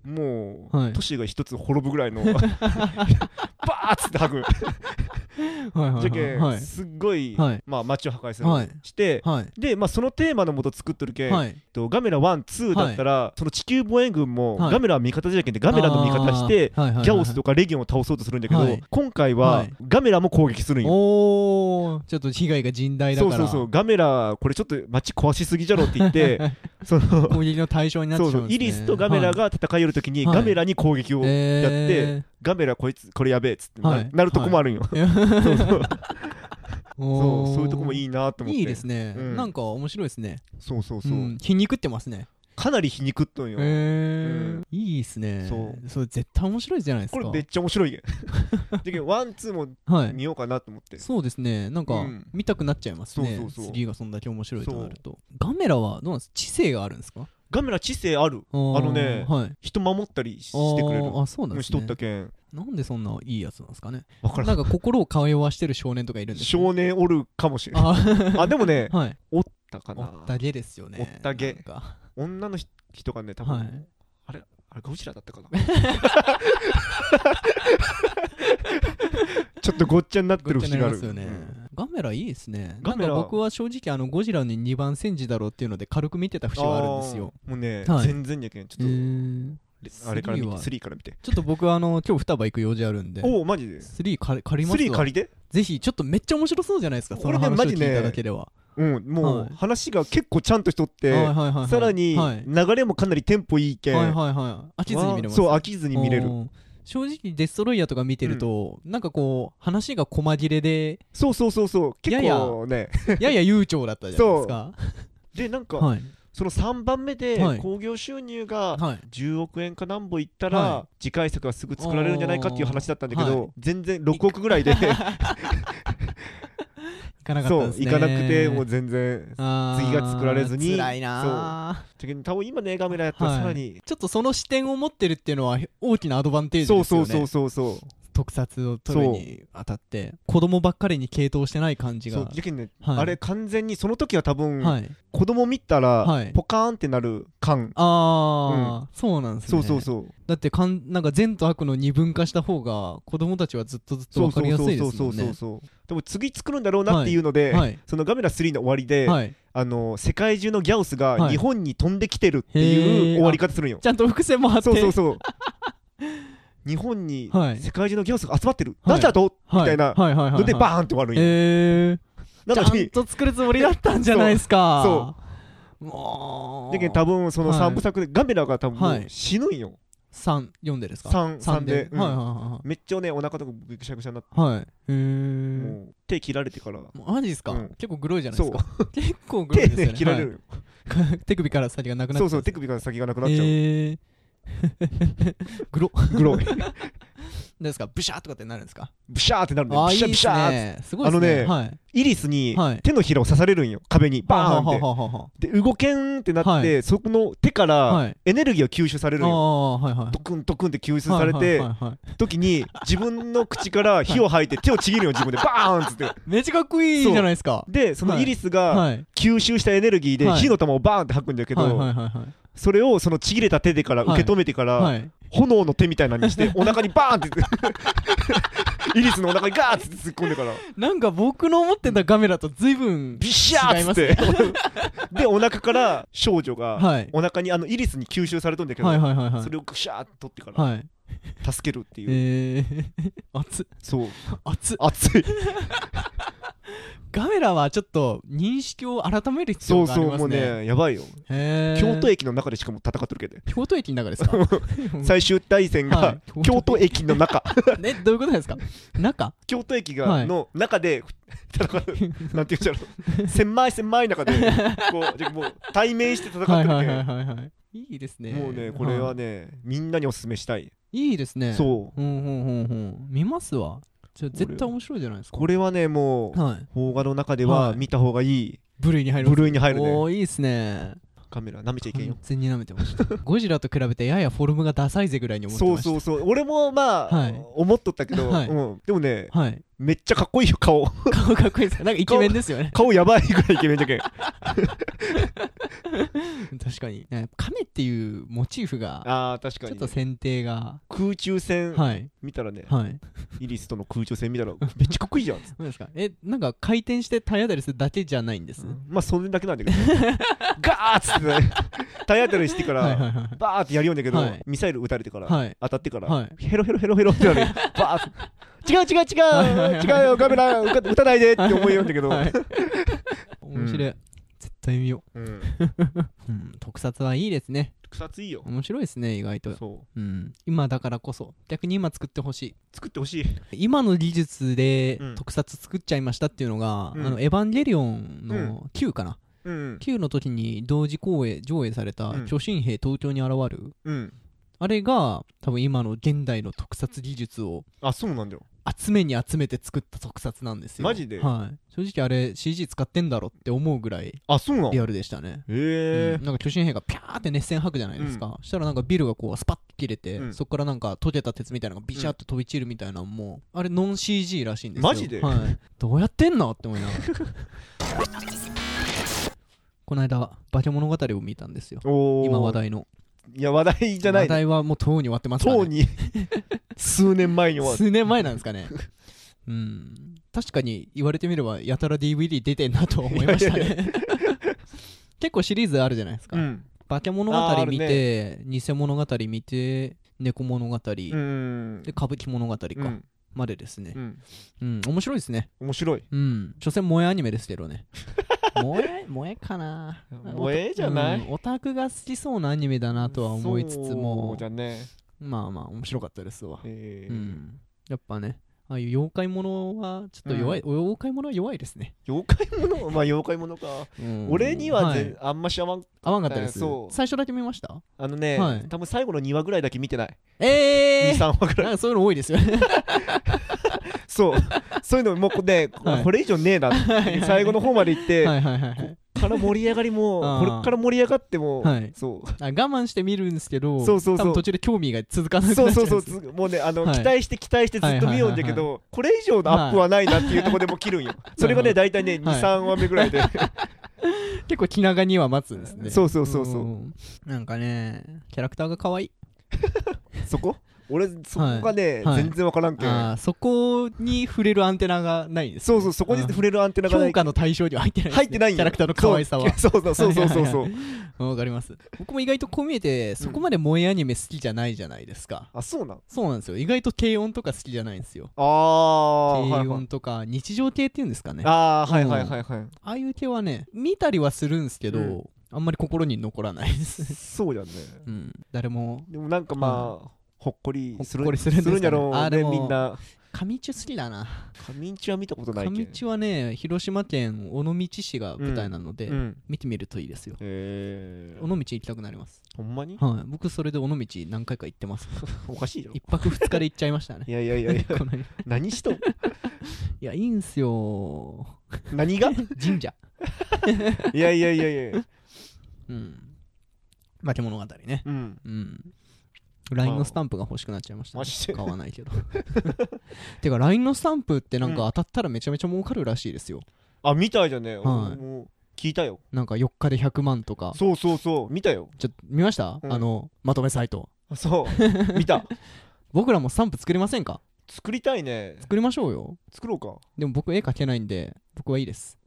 [SPEAKER 2] ー
[SPEAKER 3] も
[SPEAKER 2] は
[SPEAKER 3] う
[SPEAKER 2] い
[SPEAKER 3] 都市が一つ滅ぶぐら
[SPEAKER 2] *laughs*
[SPEAKER 3] いのバーッつって吐く
[SPEAKER 2] はいはい
[SPEAKER 3] じゃけ
[SPEAKER 2] はいは
[SPEAKER 3] ん
[SPEAKER 2] い
[SPEAKER 3] すっごい
[SPEAKER 2] はい
[SPEAKER 3] まあ街を破壊する
[SPEAKER 2] はい
[SPEAKER 3] して
[SPEAKER 2] はい
[SPEAKER 3] でまあそのテーマのもと作っとるけん
[SPEAKER 2] はい
[SPEAKER 3] とガメラ12だったらその地球防衛軍も
[SPEAKER 2] はい
[SPEAKER 3] ガメラは味方じゃけんでガメラの味方して
[SPEAKER 2] あーはいはいはいはい
[SPEAKER 3] ギャオスとかレギオンを倒そうとするんだけど、
[SPEAKER 2] はい
[SPEAKER 3] 今回
[SPEAKER 2] は
[SPEAKER 3] はいガメラも攻撃するんよ。
[SPEAKER 2] おーちょっと被害が甚大だ
[SPEAKER 3] そ
[SPEAKER 2] から
[SPEAKER 3] うそうそうガメラこれちょっと街壊しすぎじゃろって言って
[SPEAKER 2] *laughs*
[SPEAKER 3] その
[SPEAKER 2] 攻撃の対象になっ
[SPEAKER 3] そ
[SPEAKER 2] て
[SPEAKER 3] う
[SPEAKER 2] しま
[SPEAKER 3] そううん
[SPEAKER 2] です、ね、
[SPEAKER 3] イリスとガメラが戦いよるときに
[SPEAKER 2] はい
[SPEAKER 3] ガメラに攻撃を
[SPEAKER 2] はい、
[SPEAKER 3] やっ
[SPEAKER 2] え
[SPEAKER 3] てガメラこいつこれやべえっつって
[SPEAKER 2] は
[SPEAKER 3] ないなるとこもあるんよ
[SPEAKER 2] ー、
[SPEAKER 3] *laughs* そうそうそ
[SPEAKER 2] お
[SPEAKER 3] う
[SPEAKER 2] ー
[SPEAKER 3] そういうとこもいいなと思って
[SPEAKER 2] いいですね、
[SPEAKER 3] うん
[SPEAKER 2] なんか面白いですね
[SPEAKER 3] そうそうそう
[SPEAKER 2] うん、皮肉ってますね
[SPEAKER 3] かなり皮肉っとん
[SPEAKER 2] へ
[SPEAKER 3] よ
[SPEAKER 2] え
[SPEAKER 3] うん
[SPEAKER 2] いいですね
[SPEAKER 3] そ
[SPEAKER 2] それ絶対面白いじゃないです
[SPEAKER 3] こ
[SPEAKER 2] か
[SPEAKER 3] れめっちゃ
[SPEAKER 2] *laughs*
[SPEAKER 3] 面白いけんだけどワンツーも
[SPEAKER 2] はい
[SPEAKER 3] 見ようかなと思って
[SPEAKER 2] そうですねなん
[SPEAKER 3] う
[SPEAKER 2] か
[SPEAKER 3] ん
[SPEAKER 2] 見たくなっちゃいますね、
[SPEAKER 3] そうそうそう
[SPEAKER 2] 次がそんだけ面白いとなるとガメラはどうなんです知性があるんですか
[SPEAKER 3] ガメラ知性ある
[SPEAKER 2] あの
[SPEAKER 3] のね
[SPEAKER 2] はい、
[SPEAKER 3] 人守ったりしてくれる
[SPEAKER 2] あーあそうなん
[SPEAKER 3] うん
[SPEAKER 2] で
[SPEAKER 3] し
[SPEAKER 2] す
[SPEAKER 3] と
[SPEAKER 2] ね
[SPEAKER 3] ったけん
[SPEAKER 2] なんでそんないいやつなんですかね
[SPEAKER 3] わからん
[SPEAKER 2] なんか心を通わしてる少年とかいるんです
[SPEAKER 3] 少年おるかもしれない
[SPEAKER 2] あ
[SPEAKER 3] あでもね
[SPEAKER 2] ーはい
[SPEAKER 3] おったか
[SPEAKER 2] お
[SPEAKER 3] な
[SPEAKER 2] ったげですよね
[SPEAKER 3] おったげ
[SPEAKER 2] なんか
[SPEAKER 3] 女の人がね多
[SPEAKER 2] は
[SPEAKER 3] 分
[SPEAKER 2] い
[SPEAKER 3] あれあれゴジラだったか
[SPEAKER 2] *laughs*
[SPEAKER 3] なちょっとごっちゃになって
[SPEAKER 2] ごっ
[SPEAKER 3] る
[SPEAKER 2] ちゃ
[SPEAKER 3] 節
[SPEAKER 2] になり
[SPEAKER 3] があ
[SPEAKER 2] ま
[SPEAKER 3] る
[SPEAKER 2] すよね、
[SPEAKER 3] うん
[SPEAKER 2] ガメラいいですね
[SPEAKER 3] ガ
[SPEAKER 2] なん
[SPEAKER 3] メラ
[SPEAKER 2] か僕は正直あのゴジラに2番煎じだろうっていうので軽く見てた節があるんですよ
[SPEAKER 3] あーもうね
[SPEAKER 2] はい
[SPEAKER 3] 全然やけんち
[SPEAKER 2] へ
[SPEAKER 3] ょっ
[SPEAKER 2] ー
[SPEAKER 3] とあれから見て
[SPEAKER 2] スリーは
[SPEAKER 3] 3から見て
[SPEAKER 2] ちょっと僕はあの今日双葉行く用事あるんで
[SPEAKER 3] おおマジで
[SPEAKER 2] 3借り借ります
[SPEAKER 3] 3
[SPEAKER 2] わ
[SPEAKER 3] 借りて
[SPEAKER 2] ぜひちょっとめっちゃ面白そうじゃないですかその
[SPEAKER 3] これね
[SPEAKER 2] 話を
[SPEAKER 3] マ
[SPEAKER 2] 聞
[SPEAKER 3] ジ
[SPEAKER 2] い
[SPEAKER 3] ね
[SPEAKER 2] ただけでは、
[SPEAKER 3] うんも
[SPEAKER 2] は
[SPEAKER 3] う
[SPEAKER 2] い
[SPEAKER 3] 話が結構ちゃんとしとって
[SPEAKER 2] はいはいはいはい
[SPEAKER 3] さらに
[SPEAKER 2] はい、
[SPEAKER 3] 流れもかなりテンポいいけん
[SPEAKER 2] はいはいはい飽きずに見れます
[SPEAKER 3] そう飽きずに見れる
[SPEAKER 2] うん正直デストロイヤーとか見てると、なんかこう話が細切れで *laughs*
[SPEAKER 3] そうそうそうそう結
[SPEAKER 2] やや
[SPEAKER 3] 構ね
[SPEAKER 2] やや悠長だったじゃないですか
[SPEAKER 3] でなんか
[SPEAKER 2] はい
[SPEAKER 3] その3番目で
[SPEAKER 2] はい
[SPEAKER 3] 興行収入が
[SPEAKER 2] はい
[SPEAKER 3] 10億円かなんぼいった
[SPEAKER 2] は
[SPEAKER 3] ら次回作はすぐ作られるんじゃないかっていう話だったんだけ
[SPEAKER 2] は
[SPEAKER 3] ど全然6億ぐらいで
[SPEAKER 2] *laughs* 行かなかっ
[SPEAKER 3] そ
[SPEAKER 2] た
[SPEAKER 3] う
[SPEAKER 2] ですね
[SPEAKER 3] いかなくてもう全然
[SPEAKER 2] あー
[SPEAKER 3] 次が作られずに
[SPEAKER 2] 辛いなー
[SPEAKER 3] 多分今ねガメラやったら
[SPEAKER 2] はい
[SPEAKER 3] さらに
[SPEAKER 2] ちょっとその視点を持ってるっていうのは大きなアドバンテージですよ
[SPEAKER 3] そ
[SPEAKER 2] ね
[SPEAKER 3] うそうそうそうそう
[SPEAKER 2] 特撮を撮るにあたって子供ばっかりに傾倒してない感じ
[SPEAKER 3] そ
[SPEAKER 2] が
[SPEAKER 3] うじゃけんね
[SPEAKER 2] はい
[SPEAKER 3] あれ完全にその時は多分
[SPEAKER 2] はい
[SPEAKER 3] 子供見た
[SPEAKER 2] は
[SPEAKER 3] ら
[SPEAKER 2] い
[SPEAKER 3] ポカーンってなる感
[SPEAKER 2] ああ、そうなんです
[SPEAKER 3] そ
[SPEAKER 2] ね
[SPEAKER 3] うそうそう
[SPEAKER 2] だってかんなんか善と悪の二分化した方が子供たちはずっとずっと
[SPEAKER 3] そう
[SPEAKER 2] 分か
[SPEAKER 3] そう
[SPEAKER 2] りやすい
[SPEAKER 3] そ
[SPEAKER 2] で
[SPEAKER 3] う
[SPEAKER 2] す
[SPEAKER 3] そ
[SPEAKER 2] も
[SPEAKER 3] うんそう
[SPEAKER 2] ね
[SPEAKER 3] そうでも次作るんだろうなっていうので
[SPEAKER 2] はい
[SPEAKER 3] そのガメラ3の終わりで、
[SPEAKER 2] はい
[SPEAKER 3] あの世界中のギャオスが
[SPEAKER 2] はい
[SPEAKER 3] 日本に飛んできてるって
[SPEAKER 2] へー
[SPEAKER 3] いう終わり方するんよ。
[SPEAKER 2] ちゃんと伏線も張って
[SPEAKER 3] そうそ
[SPEAKER 2] *laughs*
[SPEAKER 3] うそう。日本に
[SPEAKER 2] はい
[SPEAKER 3] 世界中のギャオスが集まってる。
[SPEAKER 2] はい
[SPEAKER 3] なんだとみ
[SPEAKER 2] はい
[SPEAKER 3] たい
[SPEAKER 2] は
[SPEAKER 3] な
[SPEAKER 2] いはいはいはい
[SPEAKER 3] のでバーンって終わるんよ。
[SPEAKER 2] えー、
[SPEAKER 3] なの
[SPEAKER 2] ちゃん
[SPEAKER 3] に、
[SPEAKER 2] と作るつもりだったんじゃないですか
[SPEAKER 3] そう
[SPEAKER 2] も
[SPEAKER 3] で
[SPEAKER 2] う
[SPEAKER 3] 多分その
[SPEAKER 2] はい
[SPEAKER 3] 3部作でガメラが多分も
[SPEAKER 2] は
[SPEAKER 3] う
[SPEAKER 2] い
[SPEAKER 3] 死ぬんよ。
[SPEAKER 2] 三読んでですか
[SPEAKER 3] 三
[SPEAKER 2] 三
[SPEAKER 3] 三でうん
[SPEAKER 2] はいはいは
[SPEAKER 3] めっちゃねお腹とかぐしゃぐしゃになって、
[SPEAKER 2] いはいはいえー、
[SPEAKER 3] もう手切られてから。
[SPEAKER 2] マジですか、
[SPEAKER 3] うん
[SPEAKER 2] 結構グロいじゃないで
[SPEAKER 3] そ
[SPEAKER 2] す
[SPEAKER 3] う
[SPEAKER 2] か結構グロ
[SPEAKER 3] 手
[SPEAKER 2] いですよ
[SPEAKER 3] ね
[SPEAKER 2] ね
[SPEAKER 3] 切られるんよ、
[SPEAKER 2] はい *laughs* 手首から先がなくなっちゃ
[SPEAKER 3] そううそう手首から先がなくなっちゃう、
[SPEAKER 2] えー、グロ
[SPEAKER 3] グロい
[SPEAKER 2] 何ですかブシャーとかってなるんですか
[SPEAKER 3] ブシャーってなるんだよ
[SPEAKER 2] あ
[SPEAKER 3] ブ
[SPEAKER 2] ーい
[SPEAKER 3] シャ
[SPEAKER 2] いっ
[SPEAKER 3] ーブ
[SPEAKER 2] す
[SPEAKER 3] シャーって
[SPEAKER 2] ねすごいっすね
[SPEAKER 3] あのね
[SPEAKER 2] はい
[SPEAKER 3] イリスに
[SPEAKER 2] はい
[SPEAKER 3] 手のひらを刺されるんよ壁にバーンって
[SPEAKER 2] はあはあはあは
[SPEAKER 3] で動けんってなって、
[SPEAKER 2] はい
[SPEAKER 3] そこの手か
[SPEAKER 2] あはあ
[SPEAKER 3] ら
[SPEAKER 2] はい
[SPEAKER 3] エネルギーを吸収される
[SPEAKER 2] あ
[SPEAKER 3] のよ、
[SPEAKER 2] あはいはい
[SPEAKER 3] ドクンドクンって吸収
[SPEAKER 2] は
[SPEAKER 3] さ
[SPEAKER 2] い
[SPEAKER 3] れて、
[SPEAKER 2] はいはいはい
[SPEAKER 3] 時に自分の口から火を吐いて手をちぎるよ
[SPEAKER 2] *laughs*
[SPEAKER 3] 自分でバーンっつって
[SPEAKER 2] めっちゃかっこいいじゃないですか
[SPEAKER 3] でそのイリスが
[SPEAKER 2] はい
[SPEAKER 3] 吸収したエネルギーで
[SPEAKER 2] はい
[SPEAKER 3] 火の玉をバーンって吐くんだけど、
[SPEAKER 2] はいはいはいはい
[SPEAKER 3] それをそのちぎれた手でから受け止めてから、
[SPEAKER 2] はい
[SPEAKER 3] 炎の手みたいなの
[SPEAKER 2] *laughs*
[SPEAKER 3] にしてお腹にバーンってイリスのお腹にガーッて突っ込んでから
[SPEAKER 2] なんか僕の思ってたガメラと随分
[SPEAKER 3] ビシャーっつって、でお腹から少女が
[SPEAKER 2] はい
[SPEAKER 3] お腹にあのイリスに吸収されとんだけど、
[SPEAKER 2] はいはいはいは
[SPEAKER 3] そ
[SPEAKER 2] い
[SPEAKER 3] れをグシャーって取ってから
[SPEAKER 2] はい
[SPEAKER 3] 助けるっていう、
[SPEAKER 2] えー *laughs* 熱っ
[SPEAKER 3] そう
[SPEAKER 2] 熱っ
[SPEAKER 3] 熱い
[SPEAKER 2] ガメラはちょっと認識を改める必
[SPEAKER 3] そ
[SPEAKER 2] 要
[SPEAKER 3] う
[SPEAKER 2] があり
[SPEAKER 3] そ
[SPEAKER 2] ま
[SPEAKER 3] うも
[SPEAKER 2] す
[SPEAKER 3] う
[SPEAKER 2] ね
[SPEAKER 3] ねやばいよ、
[SPEAKER 2] へー
[SPEAKER 3] 京都駅の中でしかも戦ってるけどね
[SPEAKER 2] 京都駅の中ですか
[SPEAKER 3] 最終対戦が、
[SPEAKER 2] はい
[SPEAKER 3] 京都駅の中
[SPEAKER 2] ねどういうことですか中
[SPEAKER 3] 京都駅
[SPEAKER 2] は
[SPEAKER 3] が
[SPEAKER 2] い
[SPEAKER 3] の中で戦うなんて言うんだろう狭い狭い中でこうでもう対面して戦ってる
[SPEAKER 2] は
[SPEAKER 3] け
[SPEAKER 2] い
[SPEAKER 3] ど、
[SPEAKER 2] はいはいはいはいいいですね
[SPEAKER 3] もうねこれはいね、みんなにおすすめしたい、
[SPEAKER 2] いいですね
[SPEAKER 3] そう
[SPEAKER 2] うんうんうんうん見ますわちょ絶対面白いじゃないですか
[SPEAKER 3] これはねもう
[SPEAKER 2] はい
[SPEAKER 3] 邦画の中で
[SPEAKER 2] は
[SPEAKER 3] はい見た方がいい、
[SPEAKER 2] 部類に入る
[SPEAKER 3] 部類に入るね
[SPEAKER 2] おーいいですね
[SPEAKER 3] カメラ舐めちゃいけんよ
[SPEAKER 2] 完全に舐めてま
[SPEAKER 3] *laughs*
[SPEAKER 2] したゴジラと比べてややフォルムがダサいぜぐらいに思って
[SPEAKER 3] そ
[SPEAKER 2] ま
[SPEAKER 3] う
[SPEAKER 2] した
[SPEAKER 3] そうそう俺もまあ、
[SPEAKER 2] はい
[SPEAKER 3] 思っとったけど、
[SPEAKER 2] はい
[SPEAKER 3] うん、でもね
[SPEAKER 2] はい
[SPEAKER 3] めっちゃかっこいいよ顔
[SPEAKER 2] 顔かっこいいですよなんかイケメンですよね
[SPEAKER 3] *laughs* 顔やばいぐらいイケメンじ
[SPEAKER 2] *laughs*
[SPEAKER 3] ゃけん
[SPEAKER 2] 確かにね亀っていうモチーフが
[SPEAKER 3] あー確
[SPEAKER 2] ち
[SPEAKER 3] か
[SPEAKER 2] ょっ
[SPEAKER 3] に、
[SPEAKER 2] と
[SPEAKER 3] ね、
[SPEAKER 2] 選定が
[SPEAKER 3] 空中戦
[SPEAKER 2] はい
[SPEAKER 3] 見たらね、
[SPEAKER 2] はい
[SPEAKER 3] イリスとの空中戦見たらめっちゃかっこいいじゃんっつって
[SPEAKER 2] 何ですかえなんか回転して体当たりするだけじゃないんです、
[SPEAKER 3] まあそれだけなんだけど *laughs* ねガーッつってね体当たりしてか
[SPEAKER 2] はいはい
[SPEAKER 3] ら
[SPEAKER 2] はい
[SPEAKER 3] バーってやるようんだけど、
[SPEAKER 2] はい
[SPEAKER 3] ミサイル撃たれてから、
[SPEAKER 2] はい
[SPEAKER 3] 当たってから、
[SPEAKER 2] はい
[SPEAKER 3] ヘロヘロヘロヘロってなるよバーッ違う違う
[SPEAKER 2] はい
[SPEAKER 3] 違う違うよカメラ撃た撃たないでって思いようんだけど、 *laughs*
[SPEAKER 2] はい面白い、絶対見よ
[SPEAKER 3] うん、
[SPEAKER 2] う、うん、特撮はいいですね
[SPEAKER 3] 草津いいよ
[SPEAKER 2] 面白いですね意外と、
[SPEAKER 3] そう
[SPEAKER 2] うん、今だからこそ逆に今作ってほしい
[SPEAKER 3] 作ってほしい
[SPEAKER 2] 今の技術で
[SPEAKER 3] うん
[SPEAKER 2] 特撮作っちゃいましたっていうのが「
[SPEAKER 3] うん
[SPEAKER 2] あのエヴァンゲリオン」の Q かな、
[SPEAKER 3] うん、
[SPEAKER 2] Q の時に同時公演上映された
[SPEAKER 3] う
[SPEAKER 2] 「
[SPEAKER 3] ん
[SPEAKER 2] 巨神兵東京に現る」
[SPEAKER 3] うん、
[SPEAKER 2] あれが多分今の現代の特撮技術を
[SPEAKER 3] あそうなんだよ
[SPEAKER 2] 集めに集めて作った特撮なんですよ
[SPEAKER 3] マジで
[SPEAKER 2] はい、正直あれ CG 使ってんだろって思うぐらい
[SPEAKER 3] あそうなの
[SPEAKER 2] リ
[SPEAKER 3] へ
[SPEAKER 2] アルでしたね
[SPEAKER 3] え
[SPEAKER 2] うんなんか巨神兵がピャーって熱線吐くじゃないですか、したらなんかビルがこうスパッと切れて、
[SPEAKER 3] うん
[SPEAKER 2] そこからなんか溶けた鉄みたいなのがビシャッと飛び散るみたいなのも、あれノン CG らしいんですよ
[SPEAKER 3] マジで
[SPEAKER 2] はい、どうやってんのって思いながら *laughs* この間化け物語を見たんですよ
[SPEAKER 3] おお
[SPEAKER 2] 今話題の
[SPEAKER 3] いや話題じゃな
[SPEAKER 2] 話
[SPEAKER 3] いね
[SPEAKER 2] 題はもうとうに終わってますから、
[SPEAKER 3] とう
[SPEAKER 2] ね、
[SPEAKER 3] に数年前には
[SPEAKER 2] 数年前なんですかねうん確かに言われてみればやたら DVD 出てんなとは思いましたね
[SPEAKER 3] いや
[SPEAKER 2] *laughs* 結構シリーズあるじゃないですか、
[SPEAKER 3] うん
[SPEAKER 2] 化け物
[SPEAKER 3] あーあ
[SPEAKER 2] 語
[SPEAKER 3] る
[SPEAKER 2] 見て、偽物語見て猫物語、
[SPEAKER 3] うん
[SPEAKER 2] で歌舞伎物語か、
[SPEAKER 3] うん
[SPEAKER 2] までですね
[SPEAKER 3] う、ん
[SPEAKER 2] うん面白いですね
[SPEAKER 3] 面白い
[SPEAKER 2] うん所詮萌えアニメですけど
[SPEAKER 3] *laughs*
[SPEAKER 2] ね萌え萌えかな
[SPEAKER 3] 萌えじゃない
[SPEAKER 2] うんオタクが好きそうなアニメだなとは思いつつ
[SPEAKER 3] そ
[SPEAKER 2] も
[SPEAKER 3] うじゃね
[SPEAKER 2] まあまあ面白かったですわ、
[SPEAKER 3] えー
[SPEAKER 2] うん、やっぱねああいう妖怪ものはちょっと弱い、妖怪ものは弱いですね、
[SPEAKER 3] 妖怪ものまあ妖怪ものか
[SPEAKER 2] うん
[SPEAKER 3] 俺には
[SPEAKER 2] は
[SPEAKER 3] ぜ
[SPEAKER 2] い
[SPEAKER 3] あんましあわん
[SPEAKER 2] 合わんかったです、
[SPEAKER 3] えーそう
[SPEAKER 2] 最初だけ見ました
[SPEAKER 3] あのね
[SPEAKER 2] はい
[SPEAKER 3] 多分最後の2話ぐらいだけ見てない
[SPEAKER 2] ええー、
[SPEAKER 3] 23話
[SPEAKER 2] な *laughs*
[SPEAKER 3] ぐら
[SPEAKER 2] ん
[SPEAKER 3] い
[SPEAKER 2] かそういうの多いですよね
[SPEAKER 3] そうそういうのもうね
[SPEAKER 2] はい
[SPEAKER 3] これ以上ねえなって最後の方まで行って
[SPEAKER 2] はいはいはいはい
[SPEAKER 3] から盛り上がりも
[SPEAKER 2] あ
[SPEAKER 3] こ
[SPEAKER 2] ー
[SPEAKER 3] れから盛り上がっても
[SPEAKER 2] はい
[SPEAKER 3] そう
[SPEAKER 2] あ我慢して見るんですけど
[SPEAKER 3] そうそうそう
[SPEAKER 2] 多分途中で興味が続かなく
[SPEAKER 3] そ
[SPEAKER 2] なっ
[SPEAKER 3] う
[SPEAKER 2] ちゃ
[SPEAKER 3] そ
[SPEAKER 2] うん
[SPEAKER 3] う
[SPEAKER 2] です
[SPEAKER 3] そ
[SPEAKER 2] よ
[SPEAKER 3] うつもうねあの
[SPEAKER 2] はい
[SPEAKER 3] 期待して期待してずっと見ようんだけ
[SPEAKER 2] はいはいはい
[SPEAKER 3] どこれ以上のアップはないなっていうところでもう切るんよそれがね大体ね
[SPEAKER 2] はい
[SPEAKER 3] 23話目ぐらいで
[SPEAKER 2] 結構気長には待つんですね
[SPEAKER 3] *laughs* そうそうそうそうん
[SPEAKER 2] なんかねキャラクターが可愛い
[SPEAKER 3] そこ俺そこがね
[SPEAKER 2] はい
[SPEAKER 3] 全然わからんけん
[SPEAKER 2] あーそこに触れるアンテナがないです、
[SPEAKER 3] そうそうそこに触れるアンテナがな
[SPEAKER 2] 評
[SPEAKER 3] い
[SPEAKER 2] 価の対象には入ってないです、ね、
[SPEAKER 3] 入ってないんよ
[SPEAKER 2] キャラクターの可愛さは
[SPEAKER 3] そうそうそうそうそうそう
[SPEAKER 2] はいわかります僕も意外とこう見えてそこまで萌えアニメ好きじゃないじゃないですか、
[SPEAKER 3] あそうなん
[SPEAKER 2] そうなんですよ意外と軽音とか好きじゃないんですよ
[SPEAKER 3] ああはい
[SPEAKER 2] 軽
[SPEAKER 3] はい
[SPEAKER 2] 音とか日常系っていうんですかねあ
[SPEAKER 3] あーはいはいはいはい
[SPEAKER 2] あいう系はね見たりはするんですけど、
[SPEAKER 3] うん
[SPEAKER 2] あんまり心に残らないです
[SPEAKER 3] そうやね
[SPEAKER 2] うん、誰も
[SPEAKER 3] でもなんかまあほっこりする
[SPEAKER 2] ほっこりするんですかね
[SPEAKER 3] んやろ
[SPEAKER 2] あー
[SPEAKER 3] う
[SPEAKER 2] で
[SPEAKER 3] ね
[SPEAKER 2] も
[SPEAKER 3] みんな
[SPEAKER 2] 上市好きだな
[SPEAKER 3] 上市は見たことないけ
[SPEAKER 2] 上
[SPEAKER 3] ん
[SPEAKER 2] 市はね広島県尾道市が舞台なので、
[SPEAKER 3] うん
[SPEAKER 2] 見てみるといいですよ
[SPEAKER 3] え
[SPEAKER 2] 尾道行きたくなります、
[SPEAKER 3] ほんまに
[SPEAKER 2] はい、僕それで尾道何回か行って
[SPEAKER 3] *laughs*
[SPEAKER 2] ます
[SPEAKER 3] おかしいよ
[SPEAKER 2] 一泊二日で行っちゃいましたね
[SPEAKER 3] いやいやいやいや
[SPEAKER 2] この間い
[SPEAKER 3] 何しとん
[SPEAKER 2] や *laughs* いいんすよ
[SPEAKER 3] 何が
[SPEAKER 2] 神社
[SPEAKER 3] いやいやいやいや
[SPEAKER 2] うん化け物語ね
[SPEAKER 3] うん
[SPEAKER 2] うん LINE のスタンプが欲しくなっちゃいました、ね
[SPEAKER 3] マ、ジで
[SPEAKER 2] 買わないけど *laughs* てか LINE のスタンプってなんか
[SPEAKER 3] う
[SPEAKER 2] 当たったらめちゃめちゃ儲かるらしいですよ
[SPEAKER 3] あ見たいじゃんね
[SPEAKER 2] はい
[SPEAKER 3] もう聞いたよ
[SPEAKER 2] なんか4日で100万とか
[SPEAKER 3] そうそうそう見たよ
[SPEAKER 2] ちょっと見ました、
[SPEAKER 3] うん
[SPEAKER 2] あのまとめサイト
[SPEAKER 3] そう *laughs* 見た
[SPEAKER 2] 僕らもスタンプ作りませんか
[SPEAKER 3] 作りたいね
[SPEAKER 2] 作りましょうよ
[SPEAKER 3] 作ろうか
[SPEAKER 2] でも僕絵描けないんで僕はいいです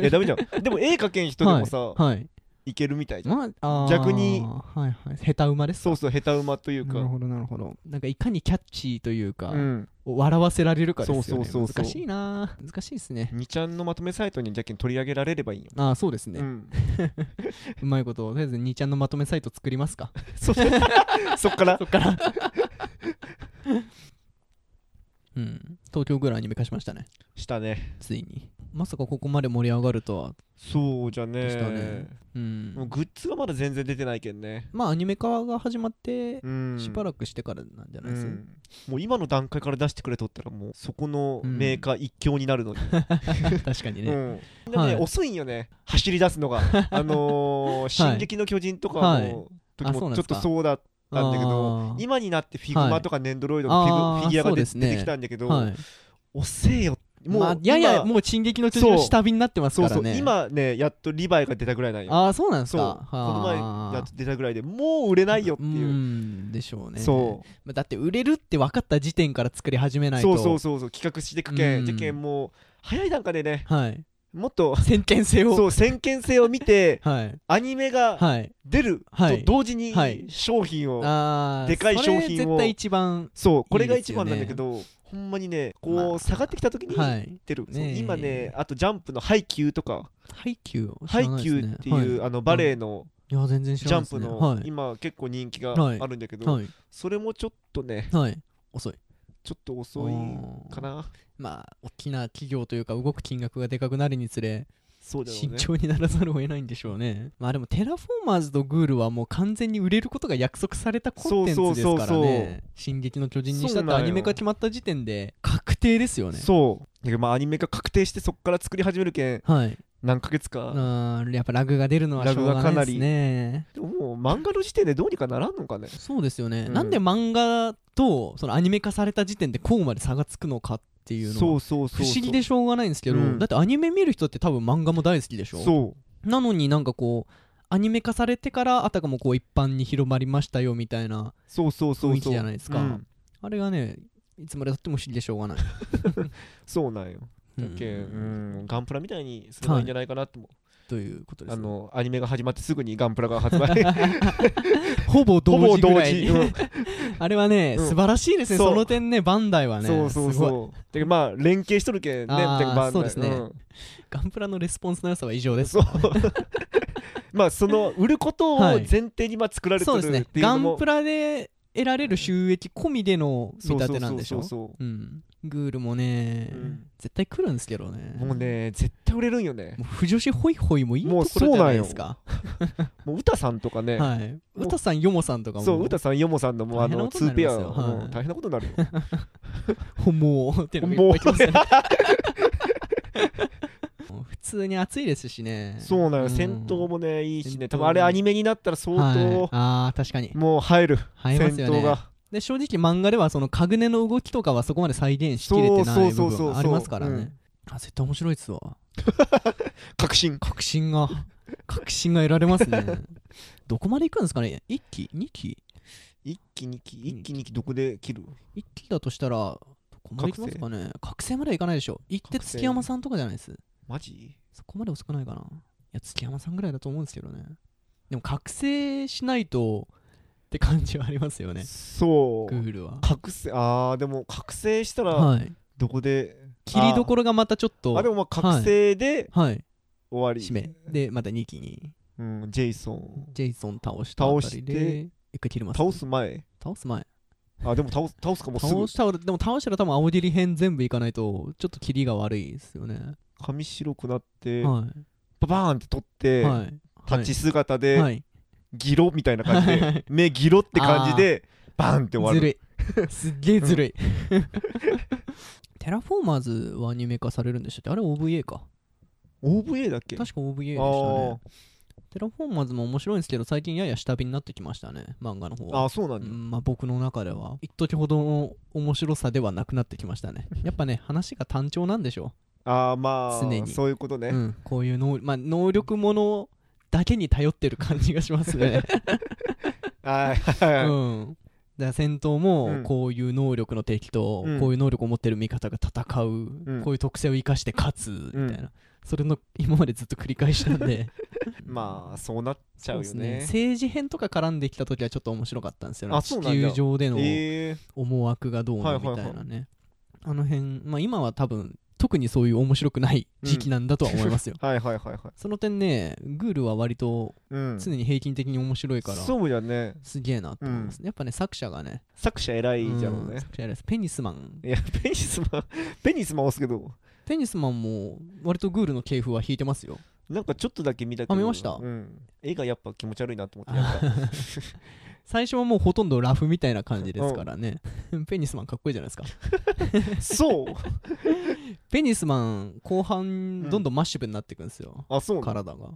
[SPEAKER 3] いやダメじゃんでも絵描けん人でもさ
[SPEAKER 2] はい
[SPEAKER 3] いけるみたいじゃん
[SPEAKER 2] まああー
[SPEAKER 3] 逆に
[SPEAKER 2] はいはい下手馬です
[SPEAKER 3] そうそう下手馬という
[SPEAKER 2] なる
[SPEAKER 3] か
[SPEAKER 2] ほどなるほどなんかいかにキャッチーというか、
[SPEAKER 3] うん
[SPEAKER 2] 笑わせられるかですよね
[SPEAKER 3] そうそうそうそ
[SPEAKER 2] 難
[SPEAKER 3] う
[SPEAKER 2] しいな難しいですね
[SPEAKER 3] 2ちゃんのまとめサイトにじゃけん取り上げられればいいよ
[SPEAKER 2] ああそうですね、
[SPEAKER 3] う
[SPEAKER 2] うんまいこととりあえず兄ちゃんのまとめサイト作りますか
[SPEAKER 3] *laughs* そ *laughs* そっから
[SPEAKER 2] そっからうん東京ぐらいアニメ化しましたね
[SPEAKER 3] したね
[SPEAKER 2] ついにまさかここまで盛り上がるとは
[SPEAKER 3] そうじゃね
[SPEAKER 2] でしたねうん
[SPEAKER 3] もうグッズがまだ全然出てないけんね
[SPEAKER 2] まあアニメ化が始まって
[SPEAKER 3] うん
[SPEAKER 2] しばらくしてからなんじゃないです
[SPEAKER 3] う
[SPEAKER 2] か、
[SPEAKER 3] んもう今の段階から出してくれとったらもうそこのメーカー一強になるのに、
[SPEAKER 2] *laughs* 確かに
[SPEAKER 3] う
[SPEAKER 2] ね、
[SPEAKER 3] んでも
[SPEAKER 2] は
[SPEAKER 3] ね、
[SPEAKER 2] い
[SPEAKER 3] 遅いんよね走り出す
[SPEAKER 2] *laughs*
[SPEAKER 3] のがあのー進撃の巨人」とかも、
[SPEAKER 2] はい
[SPEAKER 3] 時
[SPEAKER 2] あそう
[SPEAKER 3] も
[SPEAKER 2] なん
[SPEAKER 3] ち
[SPEAKER 2] で
[SPEAKER 3] ょっ
[SPEAKER 2] すか
[SPEAKER 3] とそうだったんだけど
[SPEAKER 2] あー
[SPEAKER 3] 今になってフィグマとかネンドロイドのフィグ,、
[SPEAKER 2] はい
[SPEAKER 3] フィギュアが
[SPEAKER 2] あーそう
[SPEAKER 3] 出,、
[SPEAKER 2] ですね
[SPEAKER 3] 出てきたんだけど、
[SPEAKER 2] はい、
[SPEAKER 3] 遅えよも
[SPEAKER 2] も
[SPEAKER 3] う、
[SPEAKER 2] う、やや
[SPEAKER 3] 今
[SPEAKER 2] もう「進撃の巨人」の下火になってます
[SPEAKER 3] そ
[SPEAKER 2] か
[SPEAKER 3] うそ
[SPEAKER 2] ら
[SPEAKER 3] う、
[SPEAKER 2] ね
[SPEAKER 3] 今ねやっとリヴァイが出たぐらいなんよ
[SPEAKER 2] ああそうなんです
[SPEAKER 3] そう
[SPEAKER 2] か
[SPEAKER 3] この前やっ
[SPEAKER 2] っ
[SPEAKER 3] と出たぐらいでもう売れないよって
[SPEAKER 2] う
[SPEAKER 3] いう、
[SPEAKER 2] んでしょうね
[SPEAKER 3] そう
[SPEAKER 2] まあだって売れるって分かった時点から作り始めない
[SPEAKER 3] そ
[SPEAKER 2] と
[SPEAKER 3] うそうそうそう企画してくけ
[SPEAKER 2] うんん
[SPEAKER 3] じゃけんもう早い段階でね
[SPEAKER 2] はい
[SPEAKER 3] もっと
[SPEAKER 2] 先見性を
[SPEAKER 3] そう先見性を
[SPEAKER 2] *laughs*
[SPEAKER 3] 見て
[SPEAKER 2] はい
[SPEAKER 3] アニメが
[SPEAKER 2] はい
[SPEAKER 3] 出る
[SPEAKER 2] は
[SPEAKER 3] と
[SPEAKER 2] い
[SPEAKER 3] 同時に
[SPEAKER 2] はい
[SPEAKER 3] 商品を
[SPEAKER 2] あー
[SPEAKER 3] でかい商品を
[SPEAKER 2] それ絶対一番
[SPEAKER 3] そうこれが
[SPEAKER 2] いいです
[SPEAKER 3] 一
[SPEAKER 2] よ
[SPEAKER 3] 番
[SPEAKER 2] ね
[SPEAKER 3] なんだけどほんまにね
[SPEAKER 2] ま
[SPEAKER 3] こう
[SPEAKER 2] あ
[SPEAKER 3] 下がってきた時に
[SPEAKER 2] はい
[SPEAKER 3] 出るそう
[SPEAKER 2] ねえ
[SPEAKER 3] 今ねあとジャンプの「ハイキュー」とか
[SPEAKER 2] ハイキュー
[SPEAKER 3] 「
[SPEAKER 2] を知
[SPEAKER 3] ハイ
[SPEAKER 2] らない
[SPEAKER 3] キ
[SPEAKER 2] ですね
[SPEAKER 3] ュー」っていう
[SPEAKER 2] は
[SPEAKER 3] あのバレエの
[SPEAKER 2] い、いや全然
[SPEAKER 3] ジ
[SPEAKER 2] 知らない
[SPEAKER 3] ャン
[SPEAKER 2] です
[SPEAKER 3] プ
[SPEAKER 2] ね
[SPEAKER 3] の今結構人気が
[SPEAKER 2] はい
[SPEAKER 3] あるんだけど
[SPEAKER 2] はいは
[SPEAKER 3] それもちょっとね
[SPEAKER 2] い、はい、遅い
[SPEAKER 3] ちょっと遅いかな
[SPEAKER 2] まあ大きな企業というか動く金額がでかくなるにつれ
[SPEAKER 3] そうだよ
[SPEAKER 2] 慎
[SPEAKER 3] ね
[SPEAKER 2] 重にならざるを得ないんでしょうねまあでもテラフォーマーズとグールはもう完全に売れることが約束されたコンテンツですからね
[SPEAKER 3] そうそうそうそう
[SPEAKER 2] 進撃の巨人にし
[SPEAKER 3] そ
[SPEAKER 2] た
[SPEAKER 3] う
[SPEAKER 2] っ
[SPEAKER 3] な
[SPEAKER 2] て
[SPEAKER 3] のよ
[SPEAKER 2] アニメ化決まった時点で確定ですよね
[SPEAKER 3] そうだけどまあアニメが確定してそこから作り始めるけん
[SPEAKER 2] はい
[SPEAKER 3] 何ヶ月か
[SPEAKER 2] あーやっぱラグが出るのはしょうがないですね
[SPEAKER 3] でももう漫画の時点でどうにかならんのかね
[SPEAKER 2] そうですよね、
[SPEAKER 3] うん
[SPEAKER 2] なんで漫画とそのアニメ化された時点でこうまで差がつくのかっていうの
[SPEAKER 3] そ
[SPEAKER 2] は
[SPEAKER 3] うそうそう
[SPEAKER 2] 不
[SPEAKER 3] そう
[SPEAKER 2] 思議でしょうがないんですけど、
[SPEAKER 3] うん
[SPEAKER 2] だってアニメ見る人って多分漫画も大好きでしょ
[SPEAKER 3] そ
[SPEAKER 2] なのになんかこうアニメ化されてからあたかもこう一般に広まりましたよみたいな
[SPEAKER 3] うそうそうそうそう
[SPEAKER 2] 雰囲気じゃないですか
[SPEAKER 3] うん
[SPEAKER 2] あれがねいつまでたっても不思議でしょうがない
[SPEAKER 3] そうなんよ
[SPEAKER 2] う
[SPEAKER 3] だ
[SPEAKER 2] ん
[SPEAKER 3] けうんガンプラみたいにすればいいんじゃないかなって思う
[SPEAKER 2] ということで
[SPEAKER 3] あ
[SPEAKER 2] すね
[SPEAKER 3] のアニメが始まってすぐにガンプラが発
[SPEAKER 2] *laughs*
[SPEAKER 3] 売
[SPEAKER 2] ほぼ
[SPEAKER 3] ほ
[SPEAKER 2] 同
[SPEAKER 3] ぼ
[SPEAKER 2] 時ぐ
[SPEAKER 3] 同
[SPEAKER 2] らい *laughs*
[SPEAKER 3] 時
[SPEAKER 2] に
[SPEAKER 3] うん
[SPEAKER 2] あれはね、
[SPEAKER 3] うん
[SPEAKER 2] 素晴らしいですね
[SPEAKER 3] そう
[SPEAKER 2] その点ねバンダイはね
[SPEAKER 3] そうそう
[SPEAKER 2] すごい
[SPEAKER 3] そうだけどまあ連携しとるけんね
[SPEAKER 2] あー
[SPEAKER 3] だけどまあ
[SPEAKER 2] そうですね
[SPEAKER 3] ん
[SPEAKER 2] ガンプラのレスポンスの良さは異常です
[SPEAKER 3] そう *laughs* まあその売ることを前提にまあ作られて
[SPEAKER 2] そう
[SPEAKER 3] る
[SPEAKER 2] です
[SPEAKER 3] っ
[SPEAKER 2] ね
[SPEAKER 3] ていう
[SPEAKER 2] ガ
[SPEAKER 3] の
[SPEAKER 2] ン
[SPEAKER 3] も
[SPEAKER 2] プラで得られる収益込みでの見
[SPEAKER 3] そうそ
[SPEAKER 2] 立
[SPEAKER 3] うそ
[SPEAKER 2] て
[SPEAKER 3] う
[SPEAKER 2] なんでしょ
[SPEAKER 3] そうそう
[SPEAKER 2] うんグールもね、
[SPEAKER 3] うん
[SPEAKER 2] 絶対来るんですけどね
[SPEAKER 3] もうね絶対売れるんよね
[SPEAKER 2] もう不女子ホイホイもいいと
[SPEAKER 3] もう
[SPEAKER 2] ころじゃないです
[SPEAKER 3] そう
[SPEAKER 2] か
[SPEAKER 3] もう歌さんとかね
[SPEAKER 2] はい。
[SPEAKER 3] もう
[SPEAKER 2] うたさん、よもさんとかも。
[SPEAKER 3] そう歌さんよもさんのもう
[SPEAKER 2] 大
[SPEAKER 3] あ
[SPEAKER 2] 変な
[SPEAKER 3] の
[SPEAKER 2] ことに
[SPEAKER 3] 2
[SPEAKER 2] なり
[SPEAKER 3] ペ
[SPEAKER 2] ま
[SPEAKER 3] ア
[SPEAKER 2] すよはい
[SPEAKER 3] うん大変なことになるよ
[SPEAKER 2] ほもう、っていうのがいっ
[SPEAKER 3] も
[SPEAKER 2] ぱい来ますよね
[SPEAKER 3] う
[SPEAKER 2] もう *laughs* 普通に暑いですしね。
[SPEAKER 3] そうなのよ戦闘
[SPEAKER 2] も
[SPEAKER 3] もねいいし
[SPEAKER 2] 戦闘
[SPEAKER 3] ね
[SPEAKER 2] も
[SPEAKER 3] 多分あれアニメになったら相
[SPEAKER 2] はい
[SPEAKER 3] 当、
[SPEAKER 2] ああ、確かに。
[SPEAKER 3] もう入る
[SPEAKER 2] 入り
[SPEAKER 3] 戦
[SPEAKER 2] ますよ
[SPEAKER 3] 闘
[SPEAKER 2] ね。
[SPEAKER 3] が
[SPEAKER 2] で、正直漫画では、その、カグネの動きとかはそこまで再現しきれてない
[SPEAKER 3] そ
[SPEAKER 2] 部
[SPEAKER 3] うそうそ
[SPEAKER 2] 分
[SPEAKER 3] うそう
[SPEAKER 2] がありますから
[SPEAKER 3] う
[SPEAKER 2] ね
[SPEAKER 3] ん。
[SPEAKER 2] あ、絶対面白いっすわ。
[SPEAKER 3] 確信
[SPEAKER 2] 確信が、 *laughs* 確信が得られます
[SPEAKER 3] *laughs*
[SPEAKER 2] ね。どこまで行くんですかね ?1 期 ?2 期
[SPEAKER 3] 一気にき一気にきどこで切る
[SPEAKER 2] ?1 期だとしたら、どこまで行きますかね覚醒までは行かないでしょ。行って月山さんとかじゃないです。
[SPEAKER 3] マジ
[SPEAKER 2] そこまで遅くないかないや月山さんぐらいだと思うんですけどねでも覚醒しないとって感じはありますよね
[SPEAKER 3] そ
[SPEAKER 2] グ
[SPEAKER 3] う
[SPEAKER 2] ールは
[SPEAKER 3] 覚醒あーでも覚醒したら
[SPEAKER 2] はい
[SPEAKER 3] どこで
[SPEAKER 2] 切りどころがまたちょっと
[SPEAKER 3] あでもまあ覚醒で
[SPEAKER 2] はい
[SPEAKER 3] 終わり
[SPEAKER 2] 締めでまた2期に
[SPEAKER 3] うんジェイソン
[SPEAKER 2] ジェイソン倒したあたり
[SPEAKER 3] 倒し
[SPEAKER 2] で一回切ります
[SPEAKER 3] 倒す前
[SPEAKER 2] 倒す前
[SPEAKER 3] あでも倒す倒すかもうす
[SPEAKER 2] 倒
[SPEAKER 3] ぐ
[SPEAKER 2] したでも倒したら多分青尻編全部いかないとちょっと切りが悪いですよね
[SPEAKER 3] 髪白くなって
[SPEAKER 2] は
[SPEAKER 3] ババーンって取っ
[SPEAKER 2] い
[SPEAKER 3] て
[SPEAKER 2] はい
[SPEAKER 3] 立ち姿で
[SPEAKER 2] はい
[SPEAKER 3] ギロみたいな感じ
[SPEAKER 2] は
[SPEAKER 3] で
[SPEAKER 2] い
[SPEAKER 3] 目ギロって感じでバンって終わ
[SPEAKER 2] ずる
[SPEAKER 3] る
[SPEAKER 2] い *laughs* すっげえず
[SPEAKER 3] *laughs*
[SPEAKER 2] るいテラフォーマーズはアニメ化されるんでしたっけあれ OVA か
[SPEAKER 3] OVA だっけ
[SPEAKER 2] 確か OVA でした
[SPEAKER 3] あー
[SPEAKER 2] ねテラフォーマーズも面白いんですけど最近やや下火になってきましたね漫画の方
[SPEAKER 3] あ
[SPEAKER 2] は
[SPEAKER 3] ーそうな
[SPEAKER 2] うん
[SPEAKER 3] だ
[SPEAKER 2] んまあ、僕の中では一時ほどの面白さではなくなってきました
[SPEAKER 3] *laughs*
[SPEAKER 2] ねやっぱね話が単調なんでしょ
[SPEAKER 3] あーま
[SPEAKER 2] 常
[SPEAKER 3] あ
[SPEAKER 2] に
[SPEAKER 3] そういうこと
[SPEAKER 2] う、
[SPEAKER 3] ね
[SPEAKER 2] うん、こういう能,、まあ、能力ものだけに頼ってる感じがしますね、
[SPEAKER 3] *laughs* はいうは
[SPEAKER 2] ん、だから戦闘
[SPEAKER 3] うん
[SPEAKER 2] もこういう能力の敵と
[SPEAKER 3] うん
[SPEAKER 2] こういう能力を持ってる味方が戦う、
[SPEAKER 3] うん
[SPEAKER 2] こういう特性を生かして勝つみたいな、それの今までずっと繰り返しなんで
[SPEAKER 3] いまあそうなっちゃうよ
[SPEAKER 2] そうです
[SPEAKER 3] ね
[SPEAKER 2] 政治編とか絡んできた時はちょっと面白かったんですよ
[SPEAKER 3] あ
[SPEAKER 2] ね
[SPEAKER 3] そう
[SPEAKER 2] 地
[SPEAKER 3] なんだ
[SPEAKER 2] 球上での
[SPEAKER 3] えー
[SPEAKER 2] 思惑がどう
[SPEAKER 3] はい
[SPEAKER 2] の
[SPEAKER 3] はいはい
[SPEAKER 2] みたいなねあの辺、まあ、今は多分特にそういう面白くない時期なんだとは思いますよ
[SPEAKER 3] はいはいはいはい
[SPEAKER 2] *laughs* その点ねグールは割と
[SPEAKER 3] うん
[SPEAKER 2] 常に平均的に面白いから、
[SPEAKER 3] そうやね
[SPEAKER 2] すげえなと思いますね、やっぱね作者がね
[SPEAKER 3] 作者偉いじゃろう
[SPEAKER 2] うん
[SPEAKER 3] ね
[SPEAKER 2] 作者偉いですペニスマン
[SPEAKER 3] いやペニスマンペニスマン押すけど
[SPEAKER 2] テニスマンも割とグールの系譜は弾いてますよ
[SPEAKER 3] なんかちょっとだけ見たけど
[SPEAKER 2] あ見ました
[SPEAKER 3] うん、絵がやっぱ気持ち悪いなと思ってやっぱ
[SPEAKER 2] 最初はもうほとんどラフみたいな感じですからね、 *laughs* ペニスマンかっこいいじゃないですか
[SPEAKER 3] そう
[SPEAKER 2] ペニスマン後半どんどんマッシブになっていくんですよ、*laughs*
[SPEAKER 3] あそうなの
[SPEAKER 2] 体
[SPEAKER 3] *laughs*
[SPEAKER 2] が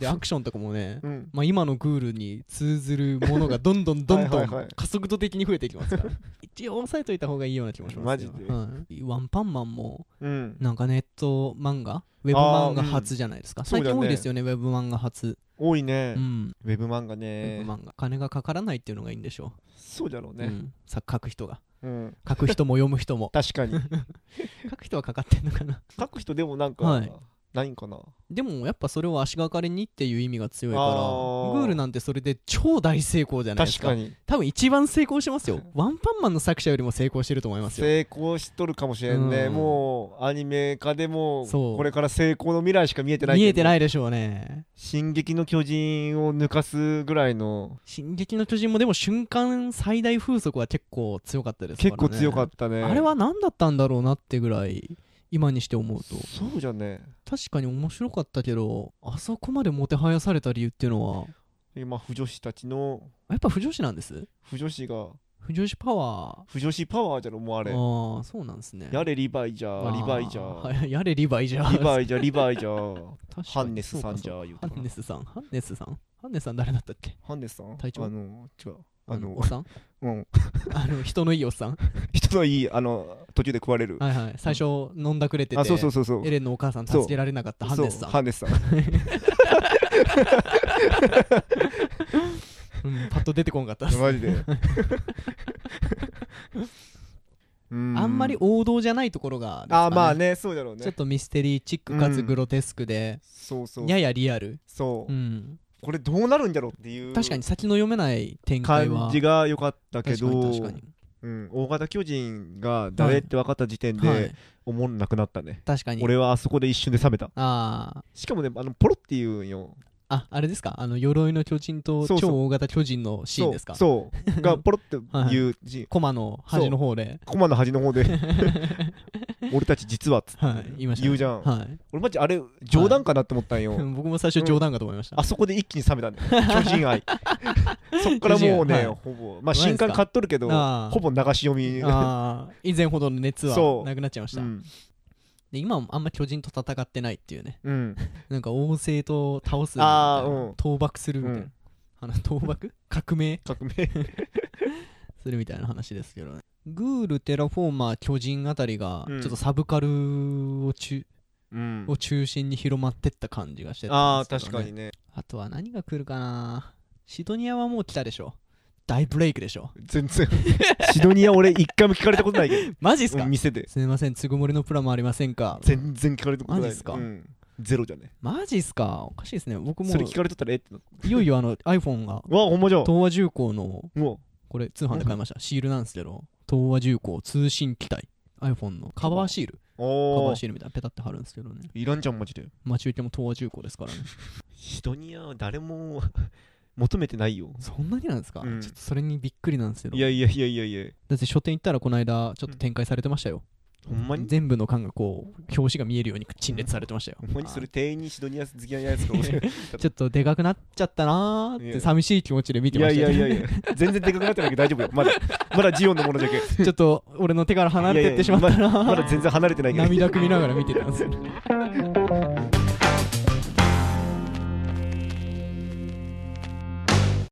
[SPEAKER 2] でアクションとかもね、
[SPEAKER 3] うん
[SPEAKER 2] まあ、今のグールに通ずるものがどんどんどんど
[SPEAKER 3] はいはいは
[SPEAKER 2] ん
[SPEAKER 3] い
[SPEAKER 2] 加速度的に増えていきますから
[SPEAKER 3] *laughs*
[SPEAKER 2] 一応押さえといた方がいいような気もしますよ
[SPEAKER 3] マジで
[SPEAKER 2] はい、ワンパンマンも
[SPEAKER 3] うん
[SPEAKER 2] なんかネット漫画ウェブ漫画初じゃないですか、
[SPEAKER 3] ん
[SPEAKER 2] 最近
[SPEAKER 3] そうだ
[SPEAKER 2] 多
[SPEAKER 3] ね
[SPEAKER 2] いですよねウェブ漫画初、
[SPEAKER 3] 多いね、
[SPEAKER 2] うん
[SPEAKER 3] ウェブ漫画
[SPEAKER 2] ウェ
[SPEAKER 3] ね
[SPEAKER 2] ブ漫画金がかからないっていうのがいいんでしょ
[SPEAKER 3] そうだろう
[SPEAKER 2] う、
[SPEAKER 3] ね、
[SPEAKER 2] うん、さ *laughs* 書く人が
[SPEAKER 3] うん、
[SPEAKER 2] 書く人も読む人
[SPEAKER 3] *laughs*
[SPEAKER 2] も *laughs*
[SPEAKER 3] 確かに
[SPEAKER 2] 書く人はかかってんのかな
[SPEAKER 3] 書く人でもなんか、
[SPEAKER 2] はい
[SPEAKER 3] ないんかな
[SPEAKER 2] でもやっぱそれを足がかりにっていう意味が強いか
[SPEAKER 3] あ
[SPEAKER 2] ら
[SPEAKER 3] ー
[SPEAKER 2] グールなんてそれで超大成功じゃないです
[SPEAKER 3] 確
[SPEAKER 2] か
[SPEAKER 3] かに
[SPEAKER 2] 多分一番成功して
[SPEAKER 3] *laughs*
[SPEAKER 2] ますよワンパンマンの作者よりも成功してると思いますよ
[SPEAKER 3] 成功しとるかもしれんね、
[SPEAKER 2] うん
[SPEAKER 3] もうアニメ化でも
[SPEAKER 2] そう
[SPEAKER 3] これから成功の未来しか見えてない
[SPEAKER 2] 見えてないいでしょうね
[SPEAKER 3] 「進撃の巨人」を抜かすぐらいの
[SPEAKER 2] 「進撃の巨人」もでも瞬間最大風速は結構強かったですから、
[SPEAKER 3] 結
[SPEAKER 2] ね、
[SPEAKER 3] 構強かったね
[SPEAKER 2] あれは何だったんだろうなってぐらい今にして思うと
[SPEAKER 3] そうじゃね
[SPEAKER 2] 確かに面白かったけどあそこまでもてはやされた理由っていうのは
[SPEAKER 3] 今不女子たちの
[SPEAKER 2] やっぱ不女子なんです
[SPEAKER 3] 不女子が
[SPEAKER 2] 不女子パワ
[SPEAKER 3] 不女子パワーじゃろもうあ
[SPEAKER 2] ー
[SPEAKER 3] れ
[SPEAKER 2] ああそうなんですね
[SPEAKER 3] やれリヴァイじ
[SPEAKER 2] あ
[SPEAKER 3] ゃ
[SPEAKER 2] ー
[SPEAKER 3] リヴァイじ
[SPEAKER 2] は
[SPEAKER 3] ゃ
[SPEAKER 2] い *laughs* やれリヴァイじゃ
[SPEAKER 3] リヴァイじゃリヴァイじ
[SPEAKER 2] *laughs*
[SPEAKER 3] ゃ
[SPEAKER 2] 確かに
[SPEAKER 3] ハンネスさんじ
[SPEAKER 2] そう
[SPEAKER 3] ゃ言う
[SPEAKER 2] かそうハ
[SPEAKER 3] たか
[SPEAKER 2] ン
[SPEAKER 3] ら
[SPEAKER 2] ネスさんハンネスさんハンネスさん誰だったっけ
[SPEAKER 3] ハンネスさん
[SPEAKER 2] 隊長
[SPEAKER 3] あの違うあの
[SPEAKER 2] おっさん *laughs*
[SPEAKER 3] うん
[SPEAKER 2] あの人のいいおっさん
[SPEAKER 3] 人のいいあの途中で食われる
[SPEAKER 2] はいはい最初飲んだくれてて
[SPEAKER 3] あそうそうそうそう
[SPEAKER 2] エレンのお母さん
[SPEAKER 3] そう
[SPEAKER 2] 助けられなかったハンネスさ
[SPEAKER 3] そうんハンネスさん
[SPEAKER 2] うんパッと出てこんかったです
[SPEAKER 3] マジ *laughs* でう
[SPEAKER 2] あんまり王道じゃないところがですか
[SPEAKER 3] あまあねそうだろう
[SPEAKER 2] ちょっ
[SPEAKER 3] ね
[SPEAKER 2] とミステリーチックかつ
[SPEAKER 3] うん
[SPEAKER 2] グロテスクで
[SPEAKER 3] そうそう
[SPEAKER 2] ややリアル
[SPEAKER 3] そううんこれどうなるんだろうっていう
[SPEAKER 2] 確かに先の読めない展開は
[SPEAKER 3] 感じが良かったけ
[SPEAKER 2] 確
[SPEAKER 3] ど
[SPEAKER 2] かに確かに
[SPEAKER 3] うん大型巨人が誰って分かった時点
[SPEAKER 2] は
[SPEAKER 3] で
[SPEAKER 2] い
[SPEAKER 3] おもんなくなったね
[SPEAKER 2] 確かに
[SPEAKER 3] 俺はあそこで一瞬で冷めた
[SPEAKER 2] ああ
[SPEAKER 3] しかもねあのポロっていうんよ
[SPEAKER 2] ああれですかあの鎧の巨人と
[SPEAKER 3] そうそう
[SPEAKER 2] 超大型巨人のシーンですか
[SPEAKER 3] そうそ
[SPEAKER 2] *laughs*
[SPEAKER 3] うがポロって
[SPEAKER 2] はい
[SPEAKER 3] いう字
[SPEAKER 2] コマの端の方で、
[SPEAKER 3] コマの端の方
[SPEAKER 2] *laughs*
[SPEAKER 3] で俺たち実はっつって
[SPEAKER 2] はい、言いましたね
[SPEAKER 3] 言うじゃん
[SPEAKER 2] はい、
[SPEAKER 3] 俺マジあれ冗談かなって思ったんよ
[SPEAKER 2] *laughs* 僕も最初冗談かと思いました、
[SPEAKER 3] あそこで一気に冷めたね巨
[SPEAKER 2] *laughs*
[SPEAKER 3] 人愛そっか
[SPEAKER 2] 巨
[SPEAKER 3] らもう
[SPEAKER 2] 人愛
[SPEAKER 3] ね
[SPEAKER 2] はい
[SPEAKER 3] ほぼまあ新刊買っとるけど
[SPEAKER 2] あー
[SPEAKER 3] ほぼ流し読み
[SPEAKER 2] あー以前ほどの熱
[SPEAKER 3] そ
[SPEAKER 2] は
[SPEAKER 3] う
[SPEAKER 2] なくなっちゃいまし
[SPEAKER 3] う
[SPEAKER 2] た、
[SPEAKER 3] ん
[SPEAKER 2] で今もあんま巨人と戦ってないっていうね
[SPEAKER 3] うん
[SPEAKER 2] なんか王政と倒すみたいな
[SPEAKER 3] あーうん
[SPEAKER 2] 倒幕するみたいな、
[SPEAKER 3] うん
[SPEAKER 2] あの倒幕革命
[SPEAKER 3] *laughs* 革命
[SPEAKER 2] *laughs* するみたいな話ですけどねグールテラフォーマー巨人あたりがち
[SPEAKER 3] う
[SPEAKER 2] ょ
[SPEAKER 3] ん
[SPEAKER 2] っとサブカルを中,、
[SPEAKER 3] うん
[SPEAKER 2] を中心に広まってった感じがしてた
[SPEAKER 3] あ
[SPEAKER 2] ん
[SPEAKER 3] あ
[SPEAKER 2] ですけ
[SPEAKER 3] 確
[SPEAKER 2] ど、ね、
[SPEAKER 3] かにね
[SPEAKER 2] あとは何が来るかなシドニアはもう来たでしょ大ブレイクでしょ *laughs*
[SPEAKER 3] 全然シドニア俺一回も聞かれたことないけ
[SPEAKER 2] マジっす
[SPEAKER 3] ど
[SPEAKER 2] *laughs* か、
[SPEAKER 3] うん店です
[SPEAKER 2] いませんつぐもりのプラもありませんか
[SPEAKER 3] 全然聞かれたことな
[SPEAKER 2] マ
[SPEAKER 3] い
[SPEAKER 2] ジっすか
[SPEAKER 3] うんゼロじゃね
[SPEAKER 2] マジっすかおかしいですね僕も
[SPEAKER 3] それ聞かれとったらえってなった
[SPEAKER 2] いよいよあの iPhone が
[SPEAKER 3] うわほんまじゃん
[SPEAKER 2] 東和重工の
[SPEAKER 3] も
[SPEAKER 2] これ通販で買いましたシールなんですけど東和重工通信機体 iPhone のカバーシール
[SPEAKER 3] う
[SPEAKER 2] カ
[SPEAKER 3] お
[SPEAKER 2] バ
[SPEAKER 3] お
[SPEAKER 2] ーシールみたいなペタって貼るんですけどね
[SPEAKER 3] いらんじゃんマジで
[SPEAKER 2] 待ち受けも東和重工ですからね
[SPEAKER 3] シドニアは誰も求めてないよ
[SPEAKER 2] そんなになんですか、
[SPEAKER 3] うん
[SPEAKER 2] ちょっとそれにびっくりなんですけど
[SPEAKER 3] いやいやいやいやいや
[SPEAKER 2] だって書店行ったらこの間ちょっと展開されてましたよ、
[SPEAKER 3] ほんまに
[SPEAKER 2] 全部の缶がこう表紙が見えるように陳列されてましたよ
[SPEAKER 3] ほんまにそれ
[SPEAKER 2] あ
[SPEAKER 3] 店員にシドニア好きなやつかもしれない
[SPEAKER 2] ーちょっとでかくなっちゃったなーっ
[SPEAKER 3] い
[SPEAKER 2] て
[SPEAKER 3] や
[SPEAKER 2] 寂しい気持ちで見て
[SPEAKER 3] い
[SPEAKER 2] ま
[SPEAKER 3] や
[SPEAKER 2] し
[SPEAKER 3] い
[SPEAKER 2] たよ
[SPEAKER 3] *laughs* やいやいや全然でかくなってないけど大丈夫よまだ *laughs* まだジオンのものじゃけ
[SPEAKER 2] *laughs* ちょっと俺の手から離れてってしまったなー
[SPEAKER 3] まだ全然離れてないけど
[SPEAKER 2] 涙くみながら見てたんですよね